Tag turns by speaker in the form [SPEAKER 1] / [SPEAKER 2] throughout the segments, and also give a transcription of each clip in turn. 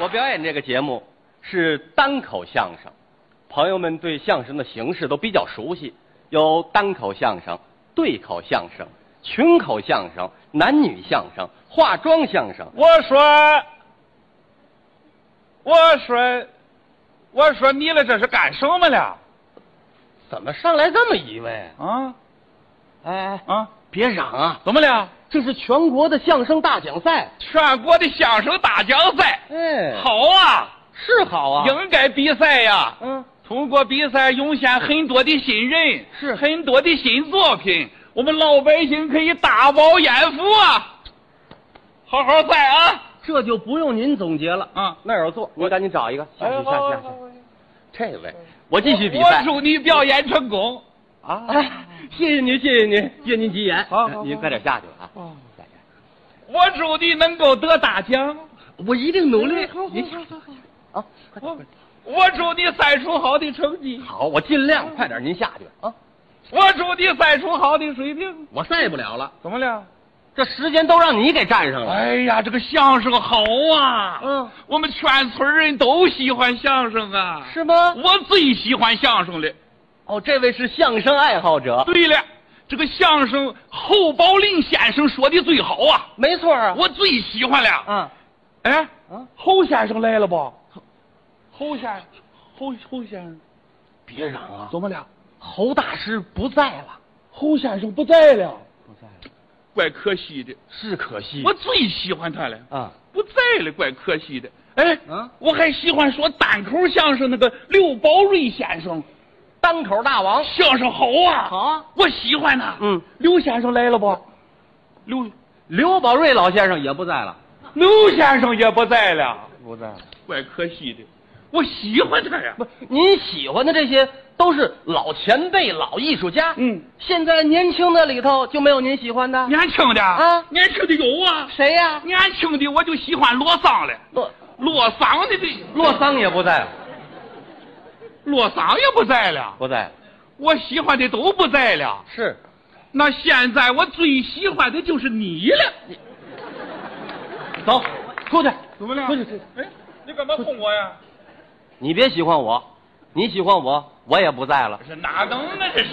[SPEAKER 1] 我表演这个节目是单口相声，朋友们对相声的形式都比较熟悉，有单口相声、对口相声、群口相声、男女相声、化妆相声。
[SPEAKER 2] 我说，我说，我说你了，这是干什么了？
[SPEAKER 1] 怎么上来这么一位？
[SPEAKER 2] 啊
[SPEAKER 1] 哎，
[SPEAKER 2] 啊，
[SPEAKER 1] 别嚷啊！
[SPEAKER 2] 怎么了？
[SPEAKER 1] 这是全国的相声大奖赛。
[SPEAKER 2] 全国的相声大奖赛，
[SPEAKER 1] 哎好，
[SPEAKER 2] 好啊，
[SPEAKER 1] 是好啊。
[SPEAKER 2] 应该比赛呀。
[SPEAKER 1] 嗯，
[SPEAKER 2] 通过比赛涌现很多的新人，
[SPEAKER 1] 是
[SPEAKER 2] 很多的新作品，我们老百姓可以大饱眼福啊！好好赛啊！
[SPEAKER 1] 这就不用您总结了。
[SPEAKER 2] 啊
[SPEAKER 1] 那儿有座，您赶紧找一个。下去，下去，下去。这位，我继续比
[SPEAKER 2] 我
[SPEAKER 1] 赛。
[SPEAKER 2] 祝你表演成功。
[SPEAKER 1] 啊， 谢谢您，谢谢您，借您吉言。嗯
[SPEAKER 2] 好好哦好
[SPEAKER 1] 您快点下去吧啊！
[SPEAKER 2] 我祝你能够得大奖，
[SPEAKER 1] 我一定努力。您下
[SPEAKER 2] 好好
[SPEAKER 1] 啊，快点，
[SPEAKER 2] 我
[SPEAKER 1] 快点
[SPEAKER 2] 我祝你赛出好的成绩，
[SPEAKER 1] 好，我尽量快点，您下去
[SPEAKER 2] 哦
[SPEAKER 1] 啊！
[SPEAKER 2] 我祝你赛出好的水平。
[SPEAKER 1] 我赛不了了，
[SPEAKER 2] 怎么了？
[SPEAKER 1] 这时间都让你给占上了。
[SPEAKER 2] 哎呀，这个相声好啊！
[SPEAKER 1] 嗯，
[SPEAKER 2] 我们全村人都喜欢相声啊。
[SPEAKER 1] 是吗？
[SPEAKER 2] 我最喜欢相声了。
[SPEAKER 1] 哦，这位是相声爱好者，
[SPEAKER 2] 对了，这个相声侯宝林先生说的最好啊，
[SPEAKER 1] 没错啊。
[SPEAKER 2] 我最喜欢了。
[SPEAKER 1] 啊，
[SPEAKER 2] 哎，
[SPEAKER 1] 嗯
[SPEAKER 2] 侯先生来了吧？侯先，侯侯先生，
[SPEAKER 1] 别嚷啊！
[SPEAKER 2] 怎么了？
[SPEAKER 1] 侯大师不在了，
[SPEAKER 2] 侯先生不在了，
[SPEAKER 1] 不在了，
[SPEAKER 2] 怪可惜的。
[SPEAKER 1] 是可惜
[SPEAKER 2] 我最喜欢他了，
[SPEAKER 1] 啊。
[SPEAKER 2] 不在了，怪可惜的。哎，
[SPEAKER 1] 嗯
[SPEAKER 2] 我还喜欢说单口相声那个刘宝瑞先生，
[SPEAKER 1] 单口大王，
[SPEAKER 2] 相声好啊，
[SPEAKER 1] 好啊
[SPEAKER 2] 我喜欢他。
[SPEAKER 1] 嗯，
[SPEAKER 2] 刘先生来了不？刘
[SPEAKER 1] 刘宝瑞老先生也不在了，
[SPEAKER 2] 刘先生也不在了，
[SPEAKER 1] 不在了。
[SPEAKER 2] 怪可惜的。我喜欢他呀，
[SPEAKER 1] 不，您喜欢的这些都是老前辈、老艺术家。
[SPEAKER 2] 嗯，
[SPEAKER 1] 现在年轻的里头就没有您喜欢的。
[SPEAKER 2] 年轻的
[SPEAKER 1] 啊
[SPEAKER 2] 年轻的有啊，
[SPEAKER 1] 谁呀、
[SPEAKER 2] 年轻的我就喜欢洛桑了，
[SPEAKER 1] 洛
[SPEAKER 2] 洛桑的这
[SPEAKER 1] 洛桑也不在了，
[SPEAKER 2] 洛桑也不在了，
[SPEAKER 1] 不在了。
[SPEAKER 2] 我喜欢的都不在了。
[SPEAKER 1] 是，
[SPEAKER 2] 那现在我最喜欢的就是你了。
[SPEAKER 1] 走，出去。
[SPEAKER 2] 怎么了？
[SPEAKER 1] 出去，出去。
[SPEAKER 2] 哎，你干嘛哄我呀？
[SPEAKER 1] 你别喜欢我，你喜欢我，我也不在了。
[SPEAKER 2] 这哪能呢？这是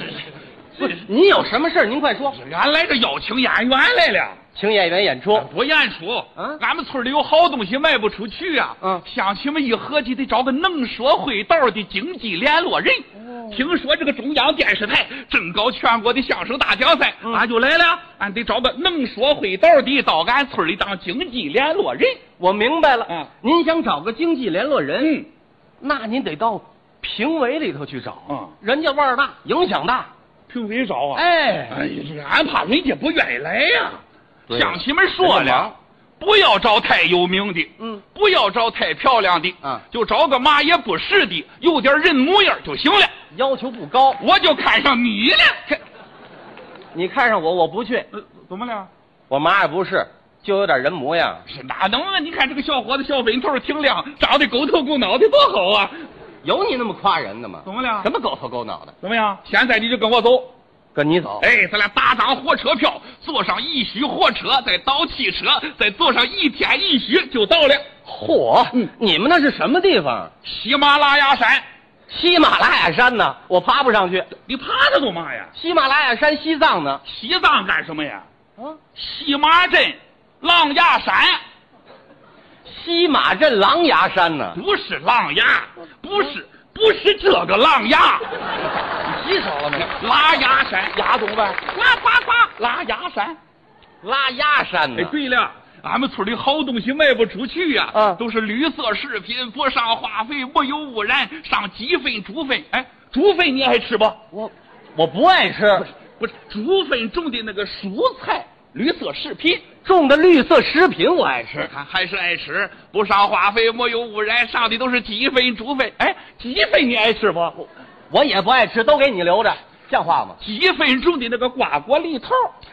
[SPEAKER 1] 不
[SPEAKER 2] 这
[SPEAKER 1] 是
[SPEAKER 2] 是，
[SPEAKER 1] 您有什么事儿您快说。
[SPEAKER 2] 俺来这邀请演员来了。
[SPEAKER 1] 请演员演出。
[SPEAKER 2] 不演出，
[SPEAKER 1] 啊
[SPEAKER 2] 俺们村里有好东西卖不出去啊。
[SPEAKER 1] 嗯
[SPEAKER 2] 乡亲们一合计，得找个能说会道的经济联络人。听说这个中央电视台正搞全国的相声大奖赛，
[SPEAKER 1] 嗯
[SPEAKER 2] 俺就来了。俺得找个能说会道的到俺村里当经济联络人。
[SPEAKER 1] 我明白了。
[SPEAKER 2] 啊
[SPEAKER 1] 您想找个经济联络人，
[SPEAKER 2] 嗯
[SPEAKER 1] 那您得到评委里头去找。
[SPEAKER 2] 嗯
[SPEAKER 1] 人家腕儿大，影响大。
[SPEAKER 2] 评委找啊
[SPEAKER 1] 哎
[SPEAKER 2] 哎呀，这俺怕人家不愿意来呀、
[SPEAKER 1] 对
[SPEAKER 2] 乡亲们说
[SPEAKER 1] 人家忙
[SPEAKER 2] 了，不要找太有名的，
[SPEAKER 1] 嗯
[SPEAKER 2] 不要找太漂亮的，
[SPEAKER 1] 啊
[SPEAKER 2] 就找个嘛也不是的，有点人模样就行了。
[SPEAKER 1] 要求不高。
[SPEAKER 2] 我就看上你了，这
[SPEAKER 1] 你看上我，我不去。
[SPEAKER 2] 呃怎么了？
[SPEAKER 1] 我嘛也不是，就有点人模样。
[SPEAKER 2] 是哪能啊？你看这个小伙子小粉头挺亮，长得狗头狗脑的多好啊！
[SPEAKER 1] 有你那么夸人的吗？
[SPEAKER 2] 怎么了
[SPEAKER 1] 什么狗头狗脑的？
[SPEAKER 2] 怎么样？现在你就跟我走。
[SPEAKER 1] 跟你走。
[SPEAKER 2] 哎，咱俩搭张火车票，坐上一宿火车，再倒汽车，再坐上一天一宿就到了。
[SPEAKER 1] 嚯、你们那是什么地方？
[SPEAKER 2] 喜马拉雅山，
[SPEAKER 1] 喜马拉雅山呢？我爬不上去。
[SPEAKER 2] 你爬它干嘛呀？
[SPEAKER 1] 喜马拉雅山西藏呢？
[SPEAKER 2] 西藏干什么呀？
[SPEAKER 1] 啊，
[SPEAKER 2] 西马镇、狼牙山
[SPEAKER 1] 西马镇狼牙山呢？
[SPEAKER 2] 不是狼牙，不是不是这个狼 牙，
[SPEAKER 1] 你洗手了没？
[SPEAKER 2] 拉牙山，
[SPEAKER 1] 牙懂呗？
[SPEAKER 2] 呱呱呱，拉牙山。
[SPEAKER 1] 拉鸭山呢？
[SPEAKER 2] 哎，对了。俺们村里好东西卖不出去呀、
[SPEAKER 1] 嗯
[SPEAKER 2] 都是绿色食品，不上化肥，没有污染，上鸡粪、猪粪。哎，猪粪你爱吃不？
[SPEAKER 1] 我我不爱吃，
[SPEAKER 2] 不是，猪粪种的那个蔬菜，绿色食品。
[SPEAKER 1] 种的绿色食品我爱吃。
[SPEAKER 2] 还还是爱吃，不上化肥，没有污染，上的都是鸡粪、猪粪。哎，鸡粪你爱吃不？
[SPEAKER 1] 我也不爱吃，都给你留着，像话吗？
[SPEAKER 2] 鸡粪种的那个瓜果梨桃。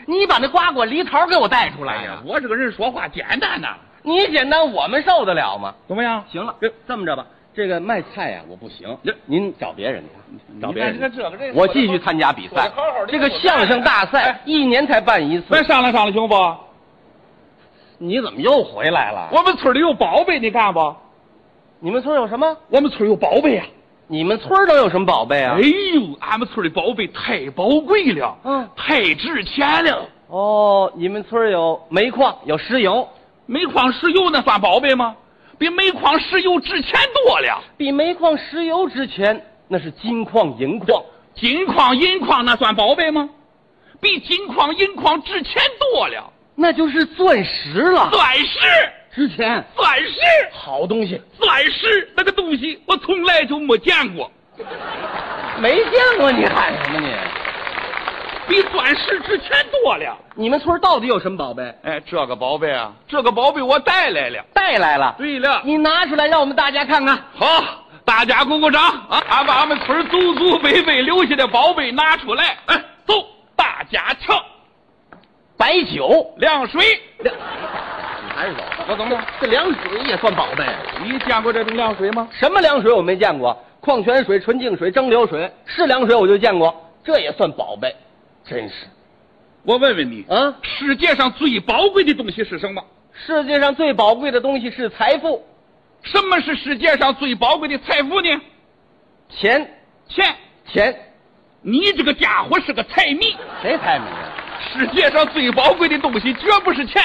[SPEAKER 1] 你把那瓜果梨桃给我带出来
[SPEAKER 2] 哎
[SPEAKER 1] 呀、
[SPEAKER 2] 呀，我这个人说话简单呐。
[SPEAKER 1] 你简单，我们受得了吗？
[SPEAKER 2] 怎么样？
[SPEAKER 1] 行了，这么着吧，这个卖菜呀、我不行
[SPEAKER 2] 这，
[SPEAKER 1] 您找别人去，找别人
[SPEAKER 2] 你看这个这
[SPEAKER 1] 去。
[SPEAKER 2] 个
[SPEAKER 1] 我继续参加比赛
[SPEAKER 2] 我好好，的
[SPEAKER 1] 这个相声大赛
[SPEAKER 2] 哎
[SPEAKER 1] 一年才办一
[SPEAKER 2] 咱
[SPEAKER 1] 次。
[SPEAKER 2] 商量商量行不？
[SPEAKER 1] 你怎么又回来了？
[SPEAKER 2] 我们村里有宝贝，你干不？
[SPEAKER 1] 你们村有什么？
[SPEAKER 2] 我们村有宝贝呀、
[SPEAKER 1] 你们村儿都有什么宝贝啊
[SPEAKER 2] 哎？呦，俺们村的宝贝太宝贵了，
[SPEAKER 1] 嗯
[SPEAKER 2] 太值钱了。
[SPEAKER 1] 哦，你们村儿有煤矿，有石油，
[SPEAKER 2] 煤矿石油那算宝贝吗？比煤矿石油值钱多了。
[SPEAKER 1] 比煤矿、石油值钱，那是金矿、银矿。
[SPEAKER 2] 金矿、银矿那算宝贝吗？比金矿、银矿值钱多了。
[SPEAKER 1] 那就是钻石了，
[SPEAKER 2] 钻石，
[SPEAKER 1] 值钱，
[SPEAKER 2] 钻石，
[SPEAKER 1] 好东西，
[SPEAKER 2] 钻石那个东西我从来就没见过，
[SPEAKER 1] 没见过你喊什么你？
[SPEAKER 2] 比钻石值钱多了。
[SPEAKER 1] 你们村儿到底有什么宝贝？
[SPEAKER 2] 哎，这个宝贝啊，这个宝贝我带来了。
[SPEAKER 1] 带来了，
[SPEAKER 2] 对了，
[SPEAKER 1] 你拿出来让我们大家看看。
[SPEAKER 2] 好，大家鼓鼓掌啊！俺把俺们村祖祖辈辈留下的宝贝拿出来。哎，走，大家唱
[SPEAKER 1] 白酒，
[SPEAKER 2] 凉水。
[SPEAKER 1] 两，你还是啊走。
[SPEAKER 2] 我怎么了？
[SPEAKER 1] 这凉水也算宝贝？啊
[SPEAKER 2] 你见过这种凉水吗？
[SPEAKER 1] 什么凉水我没见过？矿泉水、纯净水、蒸馏水是凉水我就见过，这也算宝贝，真是
[SPEAKER 2] 我问问你，
[SPEAKER 1] 啊！
[SPEAKER 2] 世界上最宝贵的东西是什么？
[SPEAKER 1] 世界上最宝贵的东西是财富，
[SPEAKER 2] 什么是世界上最宝贵的财富呢？
[SPEAKER 1] 钱，
[SPEAKER 2] 钱。
[SPEAKER 1] 钱，
[SPEAKER 2] 你这个家伙是个财迷。
[SPEAKER 1] 谁财迷啊？
[SPEAKER 2] 世界上最宝贵的东西绝不是钱。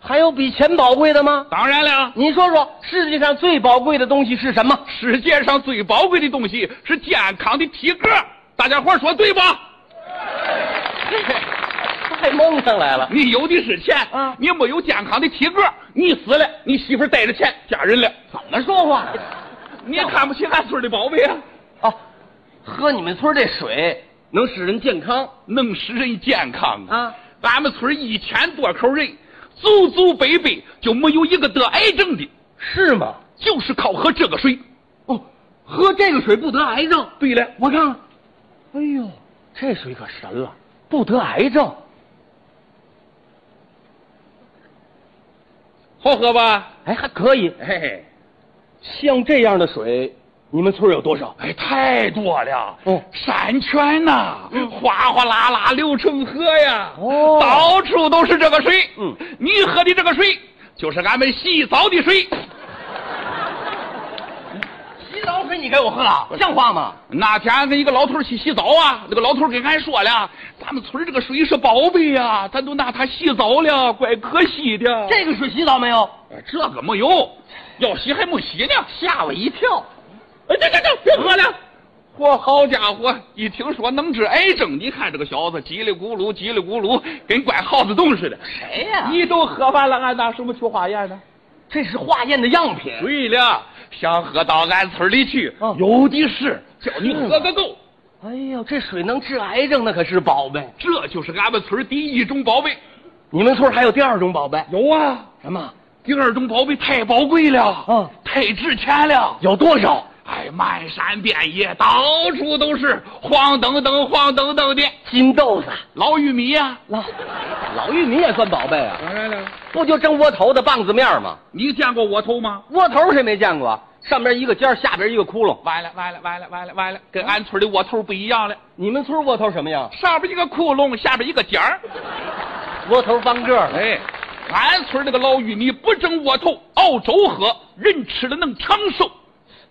[SPEAKER 1] 还有比钱宝贵的吗？
[SPEAKER 2] 当然了，
[SPEAKER 1] 你说说，世界上最宝贵的东西是什么？
[SPEAKER 2] 世界上最宝贵的东西是健康的体格。大家伙说对吧？
[SPEAKER 1] 太蒙上来了。
[SPEAKER 2] 你有的是钱，
[SPEAKER 1] 啊
[SPEAKER 2] 你没有健康的体格，你死了，你媳妇儿带着钱嫁人了，
[SPEAKER 1] 怎么说话？
[SPEAKER 2] 你也看不起俺村的宝贝啊，
[SPEAKER 1] 哦，喝你们村这水能使人健康
[SPEAKER 2] 能使人健康！
[SPEAKER 1] 啊？
[SPEAKER 2] 俺们村一千多口人，祖祖辈辈就没有一个得癌症的，
[SPEAKER 1] 是吗？
[SPEAKER 2] 就是靠喝这个水。
[SPEAKER 1] 哦，喝这个水不得癌症。
[SPEAKER 2] 对了，
[SPEAKER 1] 我看看，哎呦，这水可神了，不得癌症。
[SPEAKER 2] 好喝吧？
[SPEAKER 1] 哎，还可以。
[SPEAKER 2] 嘿嘿，
[SPEAKER 1] 像这样的水，你们村儿有多少？
[SPEAKER 2] 哎，太多了。
[SPEAKER 1] 哦嗯
[SPEAKER 2] 山泉呐、哗哗啦啦流成河呀，
[SPEAKER 1] 哦
[SPEAKER 2] 到处都是这个水。
[SPEAKER 1] 嗯
[SPEAKER 2] 你喝的这个水，就是俺们洗澡的水。
[SPEAKER 1] 洗澡水你给我喝了，像话吗？
[SPEAKER 2] 那天跟一个老头儿去洗澡啊，那个老头儿跟俺说了，咱们村儿这个水是宝贝呀、咱都拿它洗澡了，怪可惜的。
[SPEAKER 1] 这个水洗澡没有？
[SPEAKER 2] 哎这个没有，要洗还没洗呢。
[SPEAKER 1] 吓我一跳！嗯
[SPEAKER 2] 哎，这这这，别喝了！嚯，好家伙，一听说能治癌症，你看这个小子叽里咕噜叽里咕噜，跟拐耗子洞似的。
[SPEAKER 1] 谁呀、
[SPEAKER 2] 你都喝完了，俺拿什么去化验呢？
[SPEAKER 1] 这是化验的样品。
[SPEAKER 2] 对了，想喝到俺村里去，
[SPEAKER 1] 嗯
[SPEAKER 2] 有的是，叫你喝个够。
[SPEAKER 1] 哎呦，这水能治癌症，那可是宝贝。
[SPEAKER 2] 这就是俺们村第一种宝贝。
[SPEAKER 1] 你们村儿还有第二种宝贝？
[SPEAKER 2] 有啊，
[SPEAKER 1] 什么？
[SPEAKER 2] 第二种宝贝太宝贵了，
[SPEAKER 1] 嗯
[SPEAKER 2] 太值钱了。
[SPEAKER 1] 有多少？
[SPEAKER 2] 哎，漫山遍野，到处都是黄澄澄、黄澄澄的
[SPEAKER 1] 金豆子、
[SPEAKER 2] 老玉米呀、
[SPEAKER 1] 老老玉米也算宝贝啊？
[SPEAKER 2] 当然了，
[SPEAKER 1] 不就蒸窝头的棒子面儿吗？
[SPEAKER 2] 你见过窝头吗？
[SPEAKER 1] 窝头谁没见过啊？上边一个尖儿，下边一个窟窿。
[SPEAKER 2] 完了，完了，完了，完了，完了，跟俺村的窝头不一样了，
[SPEAKER 1] 你们村窝头什么样？
[SPEAKER 2] 上边一个窟窿，下边一个尖儿。
[SPEAKER 1] 窝头方个儿。
[SPEAKER 2] 哎，俺村那个老玉米不蒸窝头，熬粥喝，人吃了能长寿。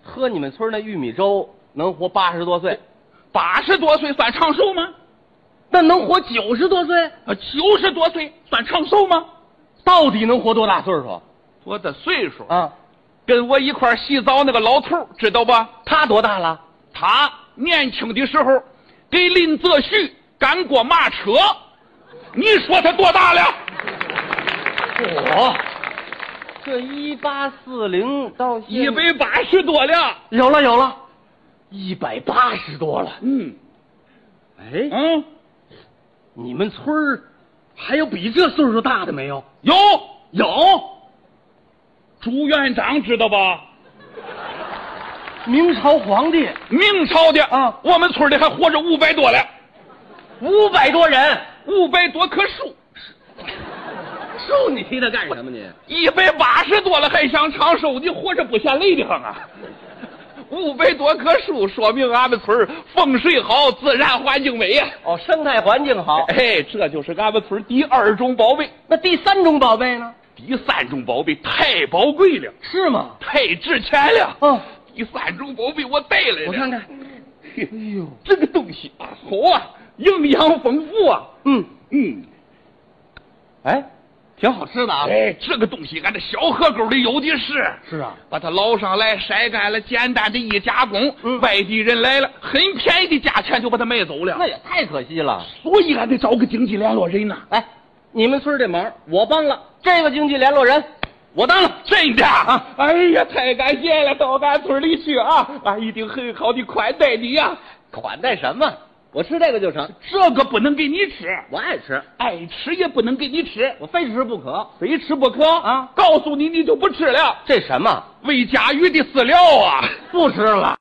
[SPEAKER 1] 喝你们村那玉米粥能活八十多岁，
[SPEAKER 2] 八十多岁算长寿吗？
[SPEAKER 1] 那能活九十多岁？
[SPEAKER 2] 啊，九十多岁算长寿吗？
[SPEAKER 1] 到底能活多大岁数
[SPEAKER 2] 我的岁数
[SPEAKER 1] 啊？
[SPEAKER 2] 跟我一块儿洗澡那个老头儿知道吧？
[SPEAKER 1] 他多大了？
[SPEAKER 2] 他年轻的时候给林则徐赶过马车，你说他多大了？
[SPEAKER 1] 我，这一八四零到现
[SPEAKER 2] 一百八十多了。
[SPEAKER 1] 有了有了，一百八十多了。
[SPEAKER 2] 嗯
[SPEAKER 1] 哎，
[SPEAKER 2] 嗯，
[SPEAKER 1] 你们村儿还有比这岁数大的没有？
[SPEAKER 2] 有有，朱元璋知道吧？
[SPEAKER 1] 明朝皇帝
[SPEAKER 2] 明朝的
[SPEAKER 1] 啊
[SPEAKER 2] 我们村里还活着五百多了，
[SPEAKER 1] 五百多人，
[SPEAKER 2] 五百多棵树，
[SPEAKER 1] 受你提他干什么你？
[SPEAKER 2] 一百八十多了还想长寿，你活着不嫌累的慌啊？五百多棵树，说明俺们村儿风水好，自然环境美呀、哎
[SPEAKER 1] 哦，生态环境好。
[SPEAKER 2] 哎，这就是俺们村第二种宝贝。
[SPEAKER 1] 那第三种宝贝呢？
[SPEAKER 2] 第三种宝贝太宝贵了，
[SPEAKER 1] 是吗？
[SPEAKER 2] 太值钱了。
[SPEAKER 1] 啊，
[SPEAKER 2] 第三种宝贝我带来了，
[SPEAKER 1] 我看看，
[SPEAKER 2] 嘿
[SPEAKER 1] 哎呦，
[SPEAKER 2] 这个东西啊，好啊，营养丰富啊。
[SPEAKER 1] 嗯，
[SPEAKER 2] 嗯，
[SPEAKER 1] 哎，挺好吃的啊。
[SPEAKER 2] 哎，这个东西俺这小河沟里有的是。
[SPEAKER 1] 是啊，
[SPEAKER 2] 把它捞上来，晒干了，简单的一加工，
[SPEAKER 1] 嗯
[SPEAKER 2] 外地人来了，很便宜的价钱就把它卖走了
[SPEAKER 1] 那。也太可惜了。
[SPEAKER 2] 所以俺得找个经济联络人呐。
[SPEAKER 1] 哎，你们村儿这忙我帮了，这个经济联络人我当了。
[SPEAKER 2] 真的啊！哎呀，太感谢了，到俺村里去啊，俺一定很好的款待你呀、
[SPEAKER 1] 款待什么？我吃这个就成，
[SPEAKER 2] 这个不能给你吃，
[SPEAKER 1] 我爱吃，
[SPEAKER 2] 爱吃也不能给你吃，
[SPEAKER 1] 我非吃不可。
[SPEAKER 2] 非吃不可
[SPEAKER 1] 啊
[SPEAKER 2] 告诉你，你就不吃了。
[SPEAKER 1] 这什么？
[SPEAKER 2] 喂甲鱼的饲料啊！
[SPEAKER 1] 不吃了。